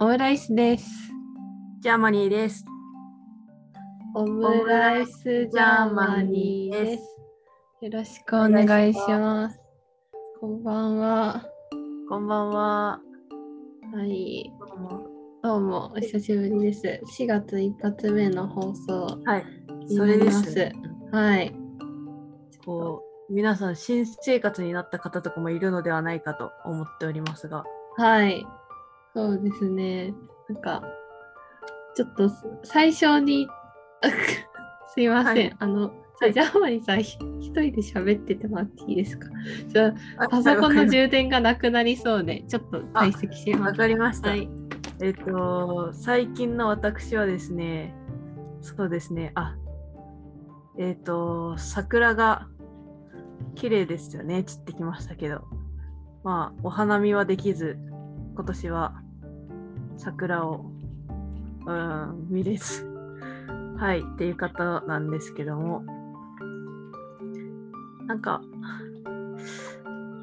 オムライスです。ジャーマニーです。オムムラライイスジジャャーーママニニーーでですす。よろしくお願いします。こんばんは。こんばんは。はい、どうもお久しぶりです。4月一発目の放送はい。にそなれりで、ますす。ね。はい、こう皆さん新生活になった方とかもいるのではないかと思っておりますが、はい、そうですね。なんかちょっと最初に すいません、はいあの。はいジャーマニーさんひ一人で喋っててもらっていいですかちょパソコンわかりのま充電がなくなりそうで、ちょっと退席しまわす。かりました。はい。えっと最近の私はですね、そうですね。あ、えっと桜が綺麗ですよね。散ってきましたけど、まあお花見はできず、今年は桜をうん見れず。はい、っていう方なんですけども、なんか、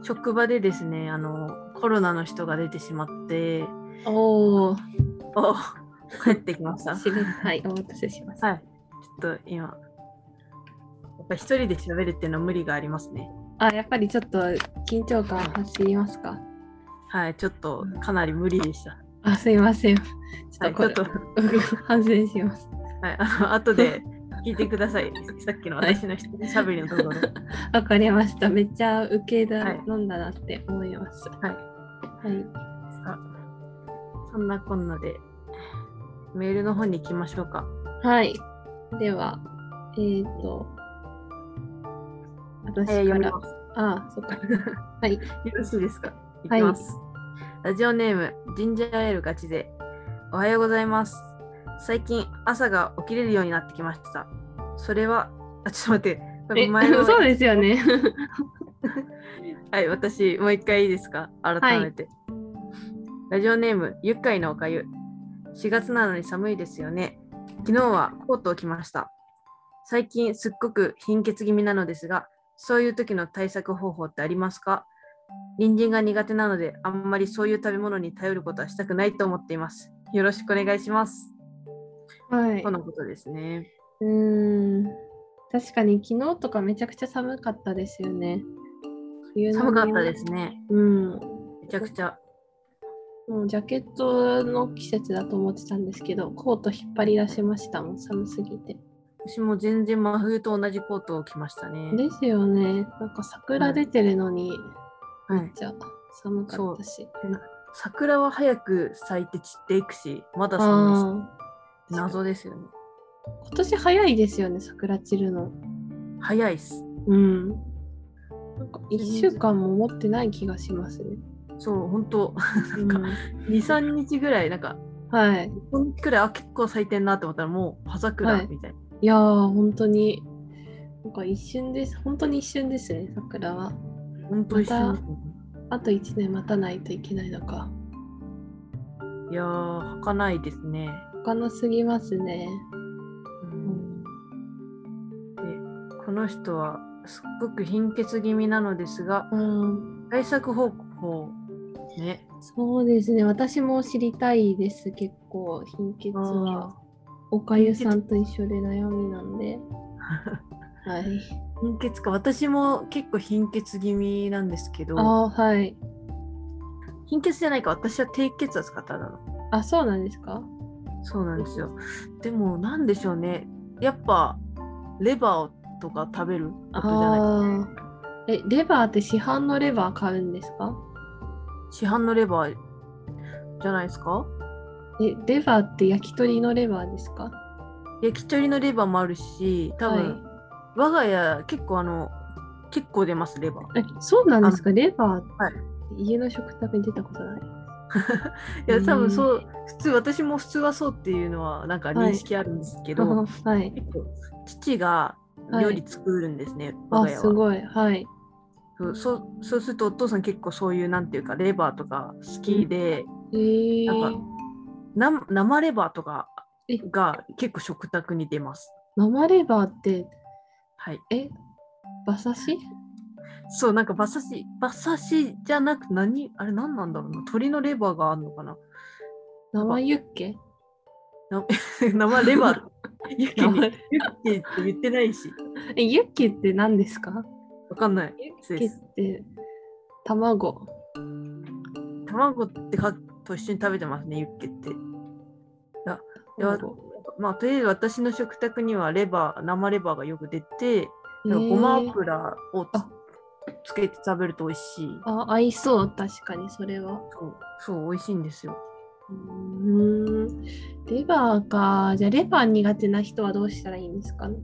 職場でですね、あの、コロナの人が出てしまって、おお、お 帰ってきました。はい、ちしれはい、お待たせしました。ょっと今、やっぱ一人で喋るっていうのは無理がありますね。あ、やっぱりちょっと緊張感走りますか。はい、ちょっとかなり無理でした。あ、すいません。ちょはっとい、こちょれ、っと、反省し ます。はい、あの、後で聞いてください。 さっきの私の一人喋りのところ。わかりました。めっちゃ受けだ、はい飲んだなって思います。ははい。い。さそんなこんなでメールの方に行きましょうか。はい。では、えっ、ー、と、私えーか読みら、ます。よあ、そっか。はい。ろしいですかいきはいます、ラジオネーム、ジンジャーエールガチで。おはようございます。最近、朝が起きれるようになってきました。それは、あ、ちょっと待って。これえ 前のそうですよ ね。はい、私、もう一回いいですか改めて、ラジオネーム、ゆっかいのおかゆ。4月なのに寒いですよね。昨日はコートを着ました。最近、すっごく貧血気味なのですが、そういう時の対策方法ってありますか隣人が苦手なので、あんまりそういう食べ物に頼ることはしたくないと思っています。よろしくお願いします。はいと。のことですね。うーん確かに昨日とかめちゃくちゃ寒かったですよね。冬の寒かったですね。うん。めちゃくちゃ。もうジャケットの季節だと思ってたんですけど、コート引っ張り出しましたもん、寒すぎて。私も全然真冬と同じコートを着ましたね。ですよね。なんか桜出てるのに、はいじゃあ寒かったし。桜は早く咲いて散っていくし、まだ寒いし、あー謎ですよね。今年早いですよね、桜散るの。早いっす。うん。なんか1週間も持ってない気がします ね。そう、本当なんか2、3日ぐらい、なんか、はい。こんくらい、あ、結構咲いてんなって思ったら、もう、葉は桜いみたいな。いやー、本当に、なんか一瞬です。本当に一瞬ですね、桜は。本当一緒まあと1年待たないといけないのか。いやー、儚ないですね。他のすぎますね。うんでこの人は、すっごく貧血気味なのですが、うん、対策方法、ね。 そうですね。私も知りたいです、結構。貧血あは。おかゆさんと一緒で悩みなんで。はい。貧血か、私も結構貧血気味なんですけど、ああー、はい。貧血じゃないか、私は低血圧型なの。あ、そうなんですかそうなんですよ。でも、なんでしょうね。やっぱ、レバーとか食べることじゃない。ああー。え、レバーって市販のレバー買うんですか市販のレバーじゃないですかえ、レバーって焼き鳥のレバーですか焼き鳥のレバーもあるし、多分、はい我が家、結構あの、結構出ます、レバー。えそうなんですかレバはー、い家の食卓に出たことない。いや、多うん分そう、普通、私も普通はそうっていうのは、なんか認識あるんですけど、はい。結構、父が料理作るんですね、我あ、が家すは。ごい。はい。そうそうそうすると、お父さん結構そういう、なんていうか、レバーとか好きで、えー、なんか生生レバーとかえが結構食卓に出ます。生レバーって、はい。え馬刺しそう、なんか馬刺し、馬刺しじゃなく何、あれ何なんだろうな。鳥のレバーがあるのかな。 生ユッケ生レバー。ユッケに生ユッケって言ってないし。 え、ユッケって何ですかわかんない。ユそうッでケっすて卵。卵ってかと一緒に食べてますね、ユッケって。いや卵まあ、とりあえず私の食卓にはレバー、生レバーがよく出て、えーごま油をつあつけて食べると美味しい。あ、合いそう、確かにそれは。そう、そう、美味しいんですよ。うーん。レバーか。じゃあ、レバー苦手な人はどうしたらいいんです かね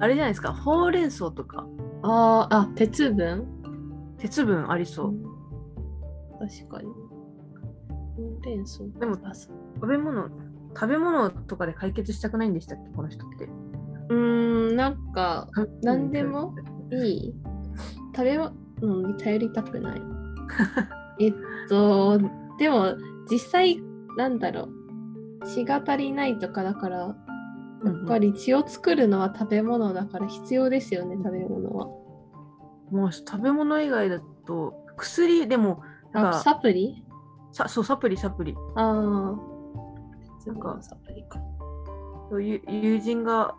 あれじゃないですか、ほうれん草とか、あーあ、鉄分鉄分ありそう。確かに。ほうれん草でもあそう食べ物、食べ物とかで解決したくないんでしたっけ、この人って。うーん、なんか、何でもいい食べ物に頼りたく ない。えっと、でも実際なんだろう血が足りないとかだからうん、ややっぱり血を作るのは食べ物だから必要ですよね食べ物は。もう食べ物以外だと、薬でも、なんあかサプリさそう、サプリ、サプリ。ああ。なんかサプリか。そうゆ友人が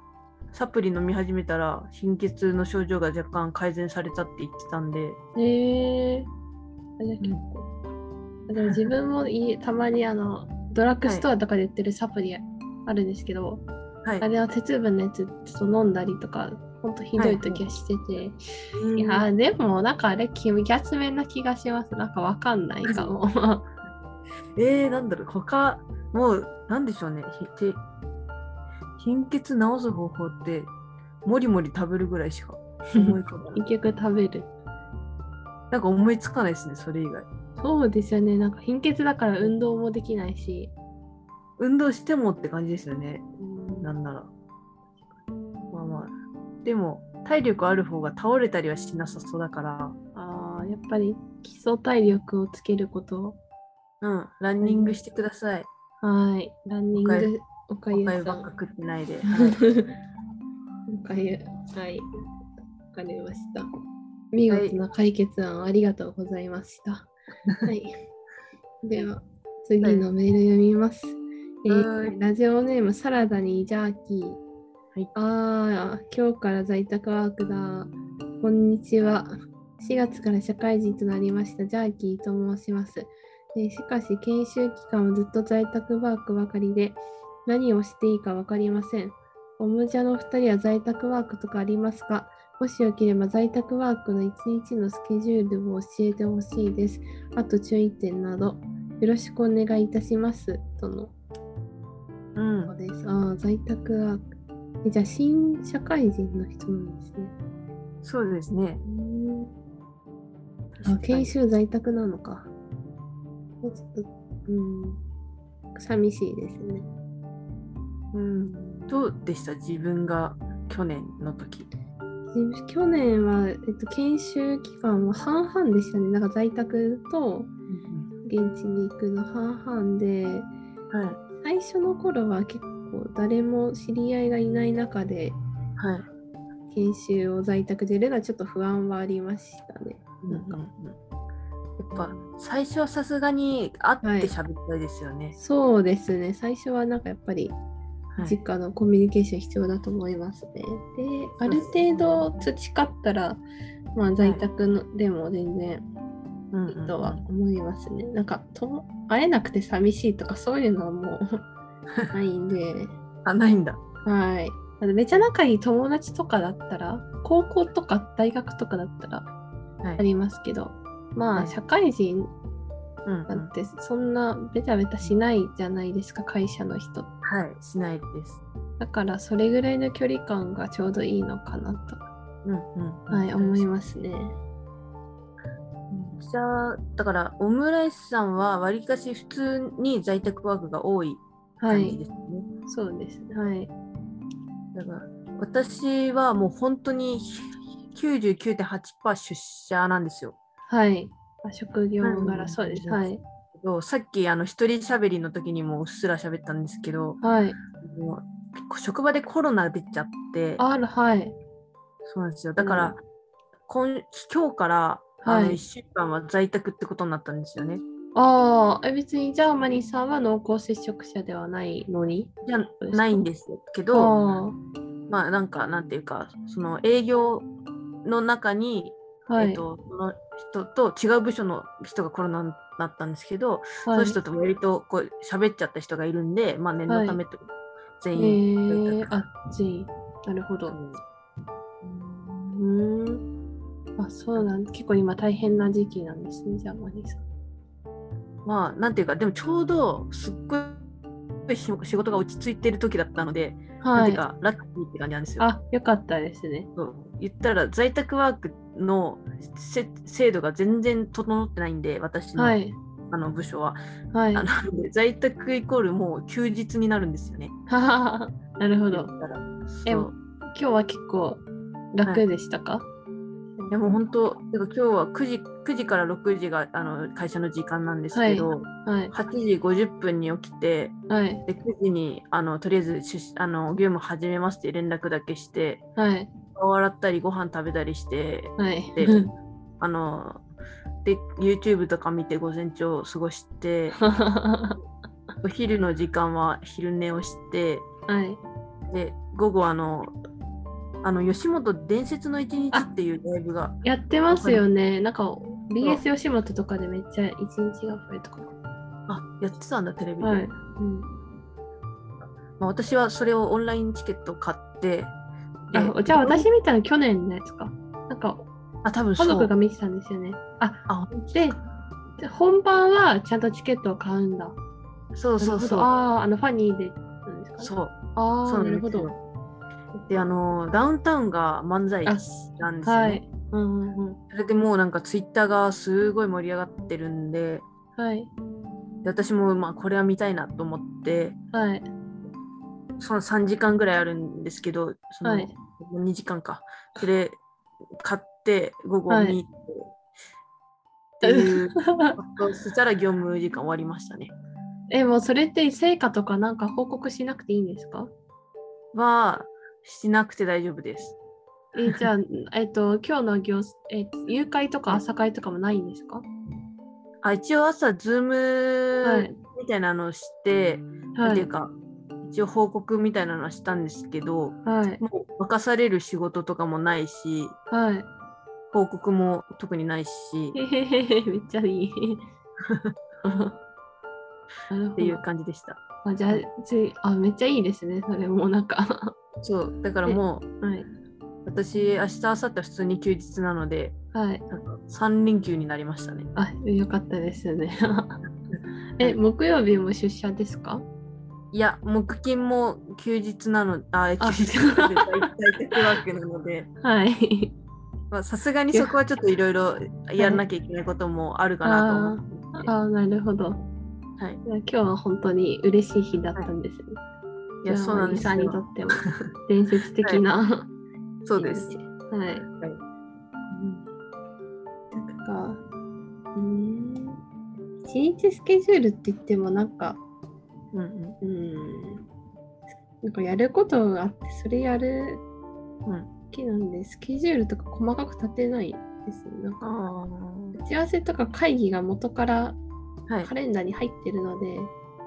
サプリ飲み始めたら貧血の症状が若干改善されたって言ってたんでえー、あじゃあ結構。あでも自分もいたまにあのドラッグストアとかで売ってるサプリあるんですけど、はいあれは鉄分のやつちょっと飲んだりとか、ほんとひどい時はしてて。いやーでもなんかあれ、気安めな気がします。なんかわかんないかも。 えー、なんだろう他もうなんでしょうねひて貧血治す方法ってもりもり食べるぐらいしか思い浮 かばない結局食べる。なんか思いつかないですねそれ以外そうですよね。なんか貧血だから運動もできないし。運動してもって感じですよねなんならまあまあでも体力ある方が倒れたりはしなさそうだからあーやっぱり基礎体力をつけること。うんランニングしてくださいはい。ランニングで、おかゆおかゆさばっかん。食ってないで。 おかゆ。はい。わかりました。見事な解決案ありがとうございました。はい。では、次のメール読みます。えーはラジオネームサラダにジャーキー。はいああ、今日から在宅ワークだ。こんにちは。4月から社会人となりましたジャーキーと申します。えーしかし、研修期間はずっと在宅ワークばかりで、何をしていいか分かりません。おむじゃの2人は在宅ワークとかありますかもしよければ在宅ワークの1日のスケジュールを教えてほしいです。あと注意点など、よろしくお願いいたします。とのう。そうんです。ああ、在宅ワーク。えじゃあ、新社会人の人なんですね。そうですね。あ研修在宅なのか。もうちょっと、うん、寂しいですね。うん。どうでした自分が去年の時。で去年は、えっと、研修期間は半々でしたね。なんか在宅と現地に行くの半々で、はい。最初の頃は結構誰も知り合いがいない中ではい。研修を在宅でやるのはちょっと不安はありましたね。なんかやっぱ最初はさすがに会って喋りたいですよね。そうですね。最初はなんかやっぱりはい実家のコミュニケーション必要だと思いますね。で、ある程度培ったら、まあ、在宅のでも全然うんいうんいとは思いますね。なんかとも会えなくて寂しいとかそういうのはも うないんで、 あ、ないんだ。はい。あのめちゃ仲いい友達とかだったら、高校とか大学とかだったらはあい。りますけど、まはあい社会人うんうんなんてそんなベタベタしないじゃないですか、会社の人ってはい。しないです。だからそれぐらいの距離感がちょうどいいのかなと、うんうん。はい、思いまますね。す。じゃあ、だから、オムライスさんは、わりかし普通に在宅ワークが多いは感じい、ですね。そうですね。はい。だから私はもう本当に99.8%出社なんですよ。はい。あ職業柄、うんそうです。はい。さっきあの一人喋りの時にもうっすら喋ったんですけど、はい。もう職場でコロナ出ちゃって、ある、はい。そうなんですよ。だから、今今日から、あはのい1週間は在宅ってことになったんですよね。ああ、え別にジャーマニーさんは濃厚接触者ではないのに。じゃないんですけあど、まあなんかなんていうかその営業の中に、あはい、えっと、その人と違う部署の人がコロナになったんですけど、はいその人と割とこう喋っちゃった人がいるんで、まあ念のためと、え全員、ー、あっち。なるほど。うーん。あ、そうなん結構今大変な時期なんですね、ジャーマニーさん。まあなんていうかでもちょうどすっごい仕仕事が落ち着いてる時だったので、なんはてい。いうかラッキーって感じなんですよ。あ、よかったですね。そう言ったら在宅ワークのせ制度が全然整ってないんで私の,、はい。あの部署は、はい。あのなので在宅イコールもう休日になるんですよね。はははは なるほど。だからえそう今日は結構楽でしたか、いやもう本当てか今日は9時 ,9 時から6時があの会社の時間なんですけど、はい。 8時50分に起きてはい。で9時にあのとりあえずしあの業務始めますって連絡だけしてはい。顔洗ったりご飯食べたりしてはい。であので YouTube とか見て午前中を過ご して はお昼の時間は昼寝をしてい。で午後あのあの吉本伝説の一日っていうライブがやってますよね。なんか BS 吉本とかでめっちゃ一日が増えとか。あやってたんだテレビで、はい。うん、まあ、私はそれをオンラインチケット買ってであじゃあ私見たの去年のやつか。なんかあ多分そ家う族が見てたんですよね。ああでで本番はちゃんとチケットを買うんだ。そうそなるうそうほどああ、あのファニーでなんですか、ね。そうあそあ、なうなんるでほすよど。であのダウンタウンが漫才なんですよね、はい。うんうんうん。それでもうなんかツイッターがすごい盛り上がってるんではい。で私もまあこれは見たいなと思ってはい。その3時間ぐらいあるんですけどそのはい2時間かそれ買って午後はいに行って、っていうことをしたら業務時間終わりましたね。え、もうそれって成果とかなんか報告しなくていいんですかはしなくて大丈夫です。え、じゃあ、えっと、今日の業、え、誘拐とか朝会とかもないんですかあ一応朝ズームみたいなのをして、なんはていうい。か一応報告みたいなのはしたんですけどはい。もう任される仕事とかもないしはい。報告も特にないし えへへへ、 めっちゃいい。なるっほていうど。感じでした。あじゃあ、つい、あ、めっちゃいいですね。それもなんか。そうだからもうはい。私明日明後日普通に休日なのではい。 3連休になりましたね。あ、よかったですね。え、木曜日も出社ですかいや木金も休日なのああ休日なので在宅ワークなので。 はい。まあさすがにそこはちょっといろいろやらなきゃいけないこともあるかなと思って、ああ、なるほど。はい、じゃあ今日は本当に嬉しい日だったんですね。いやそうなんですさんにとよっても伝説的な、そうです。はい。はい。はいなんか、うーん、一日スケジュールって言ってもなんか、うんうんうーん、なんかやることがあって、それやるうん気なんで、スケジュールとか細かく立てないですね。なんかあ打ち合わせとか会議が元からーはいカレンダーに入ってるので、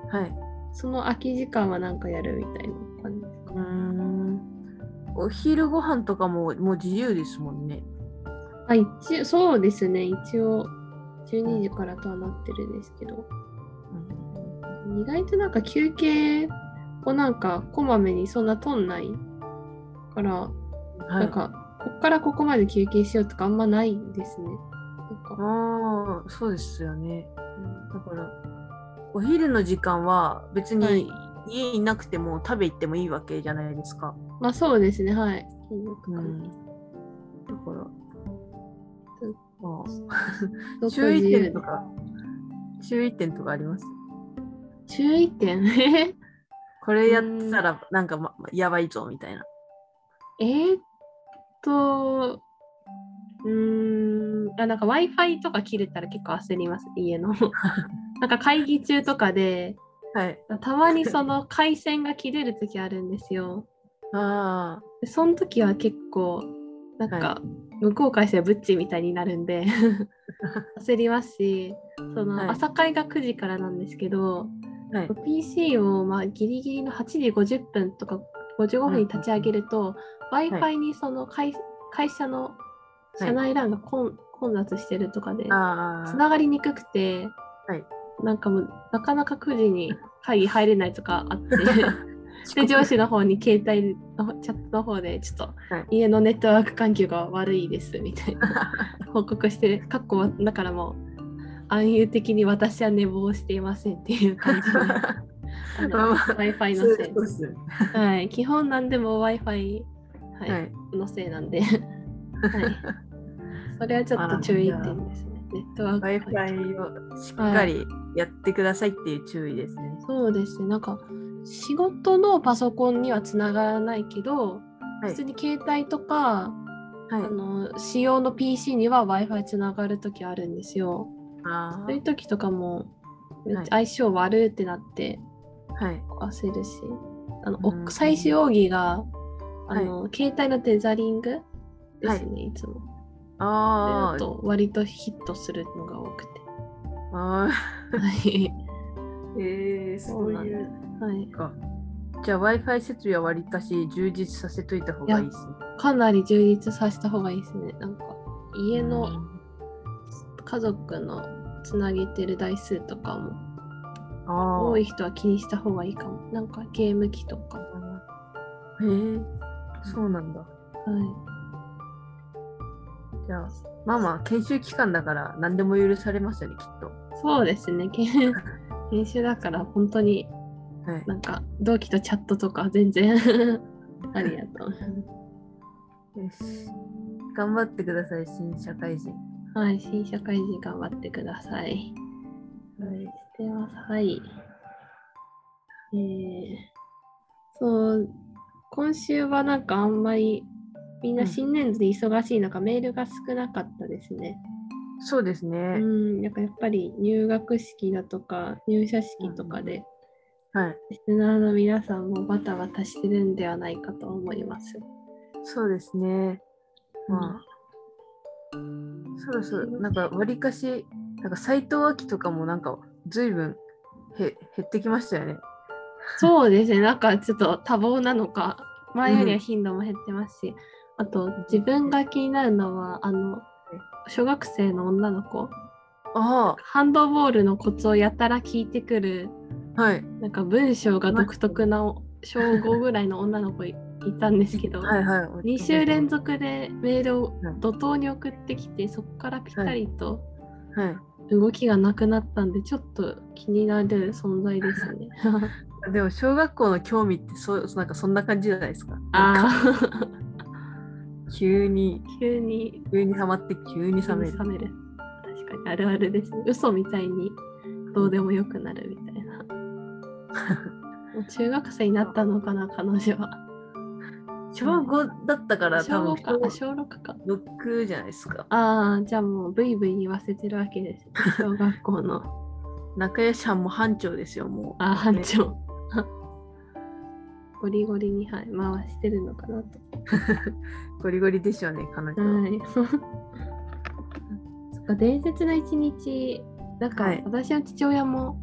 はいその空き時間はなんかやるみたいな感じですかうーんお昼ご飯とかももう自由ですもんねあ一応そうですね一応12時からとはなってるんですけど意外となんか休憩をなんかこまめにそんなとんないから、はないんかこっからここまで休憩しようとかあんまないですねなんか、ああそうですよねだからお昼の時間は別はいに家いなくても食べ行ってもいいわけじゃないですか、まあそうですねはい金額う感ん、だからまあどこ注意自由点でとか、注意点とかあります。注意点 えこれやってたら、なんか、ま、やばいぞみたいな。ーっとうーんあなんか w i f i とか切れたら結構焦ります家 のなんか会議中とかではい。たまにその回線が切れる時あるんですよ。あでその時は結構なんか、向こうからしたらブッチみたいになるん で焦りますしその、はい朝会が9時からなんですけど、はい PC をまあギリギリの8時50分とか55分に立ち上げると、w i f i にその会,、会社の社内 LAN が混,、混雑してるとかであつーながりにくくて、はいなんかもうなかなか9時に会議入れないとかあって で上司の方に携帯のチャットの方でちょっとはい家のネットワーク環境が悪いですみたいな 報告してかっこだからもう暗喩的に私は寝坊していませんっていう感 じでまあまあ w i f i のそうせいそうですねはい、基本なんでも w i f i はいはい。のせい なんで、はい、それはちょっと注意点ですねネットワーク w i f 環境 i をしっかりやってくださいっていう注意ですね。そうですねなんか仕事のパソコンにはつながらないけど、はい普通に携帯とか、はいあ。の使用の PC には w i f i つながる時あるんですよ。あそういうー時とかもはい相性悪いってなってはい。焦るしあの、おうん最終奥義があの、携帯のデザリングですね、い、つも。それあだと割とヒットするのが多く て。あ。あはい、ーえー、そうそうなんいでう。はい、か。じゃあ Wi-Fi 設備はわりかし充実させといた方がいいですね。かなり充実させた方がいいですね。なんか家の、家族のつなげてる台数とかもうんあ多ーい人は気にした方がいいかもなんかゲーム機とか、はへえ、そうなんだ。い、じゃあ、まあまあ、研修期間だから何でも許されますよね、きっと。そうです ね研研修だから本当にはい。なんか同期とチャットとか全然 ありやと思いよし。頑張ってください、新社会人。ますはい新社会人頑張ってくださいはい。でははいえー、そう今週はなんかあんまりみんな新年度で忙しい中、メールが少なかったですね。そうですね。うん、なんかやっぱり入学式だとか入社式とかで、はい。リスナーの皆さんもバタバタしてるんではないかと思います。そうですね。まあ、そろそろ、なんか、わりかし、なんか、斎藤亜希とかも、なんか、ずいぶん、へ、減ってきましたよね。そうですね、なんかちょっと多忙なのか、前よりは頻度も減ってますし、あと自分が気になるのは、あの、小学生の女の子、あハンドボールのコツをやたら聞いてくる、あ、はい。なんか文章が独特な小5ぐらいの女の子いいたんですけど、はいはい。 2週連。続でメールを怒涛に送ってきて、そこからピタリとはい。動きがなくなったんで、ちょっと気になる存在ですね。でも小学校の興味ってそうなんかそんな感じじゃないですか。 なんかああ、急に 急に急にハマって急に冷める。冷める。確かにあるあるですね。嘘みたいにどうでもよくなるみたいな。もう中学生になったのかな、彼女は。小五だったから小多分5か、あ小小6か。六じゃないですか。ああ、じゃあもうブイブイ言わせてるわけですね。小学校の。中谷さんも班長ですよもう。ああ、班ね。長。 ゴリゴリに、はい、回してるのかなと。ゴリゴリですよね彼女は。はい。 そっか、伝説の一日、なんか、はい私の父親も、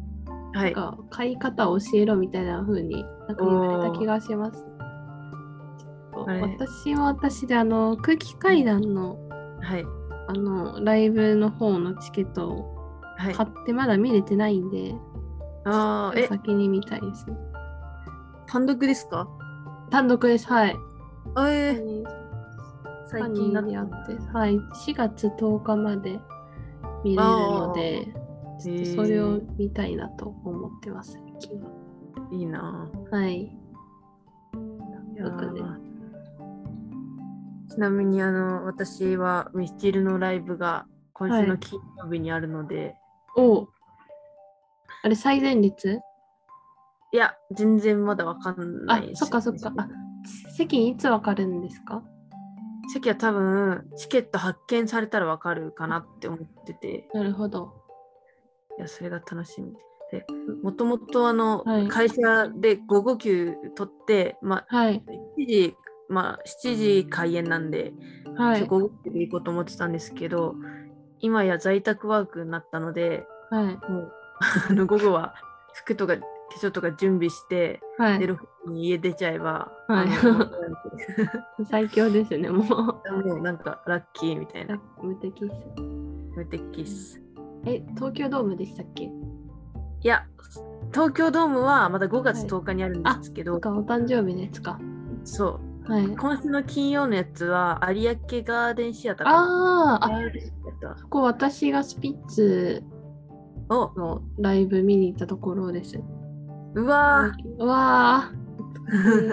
はなんい。か、買い方を教えろみたいな風に、なんか言われた気がします。ちょっとあれ私は私で、あの、空気階段の、はい。あの、ライブの方のチケットをはい。買って、まだ見れてないんで、ああえ先に見たいですね。単独ですか？単独です、はい。あえフー最ァ近ニだーっにあた。って、はい、4月10日まで見れるので、ーちょっとそれを見たいなと思ってます、最近は。いいなぁ。はい。いや僕ねぁちなみにあの私はミスチルのライブが今週の金曜日にあるので。おあれ、最前列いや、全然まだわかんなあい、ですそっかそっか。あ席いつわかるんですか席は多分、チケット発見されたらわかるかなって思ってて、なるほど。いや、それが楽しみ。で、もともとあの、はい会社で午後休取って、まあ、はい。 7時、まあ、7時開演なんで、はそい。こ動いていこうと思ってたんですけど、今や在宅ワークになったので、はい。もう あの午後は服とか化粧とか準備して、は出い。る方に家出ちゃえば、はいあの最強ですね、 も もうなんかラッキーみたいうな。。無敵っす。無敵っす。え、東京ドームでしたっけいや、東京ドームはまだ5は月い10日にあるんですけど、とか、お誕生日のやつか。そう、はい。今週の金曜のやつは有明ガーデンシアターかなあーあ、ガーデンシアタここ私がスピッツーをのライブ見に行ったところです。うわわーー、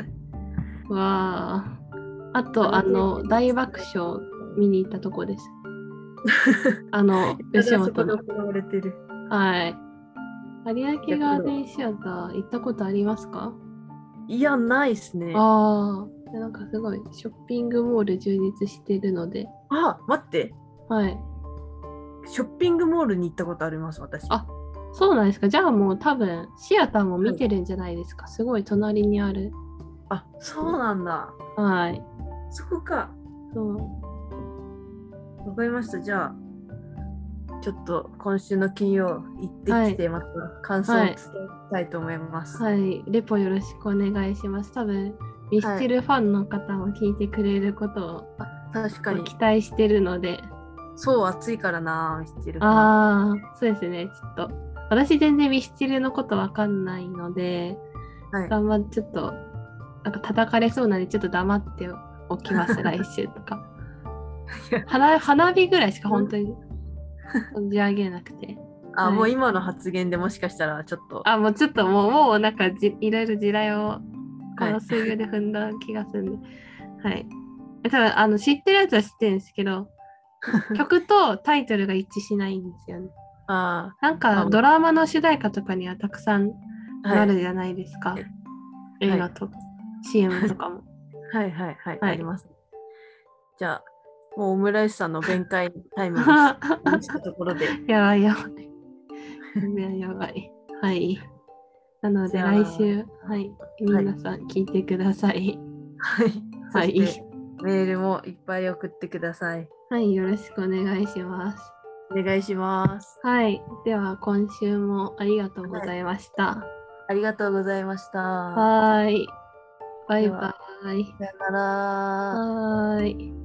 わー。あと、あの、大爆笑見に行ったとこです。あの、 吉本の。行われてるはい。有明ガーデンシアター行ったことありますかいやないっすねあああ、なんかすごいショッピングモール充実してるので、待ってはい。ショッピングモールに行ったことあります私あそうなんですか。じゃあもう多分シアターも見てるんじゃないですか。すごい隣にある。あそうなんだはい。そこかそうわかりましたじゃあちょっと今週の金曜行ってきてまた感想を伝えたいと思います、はい、レポよろしくお願いします。多分ミスチルファンの方も聞いてくれること確かをに期待してるので、そう暑いからなミスチルファンああ、そうですね、ちょっと。私全然ミスチルのことわかんないので、はいあんまちょっと、なんか叩かれそうなんで、ちょっと黙っておきます、来週とかいや。花花火ぐらいしか本当に存じ上げなくて。あ、はいもう今の発言でもしかしたらちょっ と。あ、もうちょっともう、もうなんかじいろいろ地雷をこはのい数秒で踏んだ気がするんで。はい。多分あの知ってるやつは知ってるんですけど、曲とタイトルが一致しないんですよね。あなんあかドラマの主題歌とかにはたくさんーは、ないるじゃないですか。はい映画とか CM とか も。はいはいはい、はいあります。じゃあ、もうオムライスさんの弁解タ イムにやしたところで、ばいやばい。やばいやばい。はい。なのじでゃあ来週、はい、皆さん聞いてください。はい。はいそしてメールもいっぱい送ってください。はい、よろしくお願いします。お願いします。はい、では今週もありがとうございました。ありがとうございました。はーい、バイバイ。さよなら。はーい。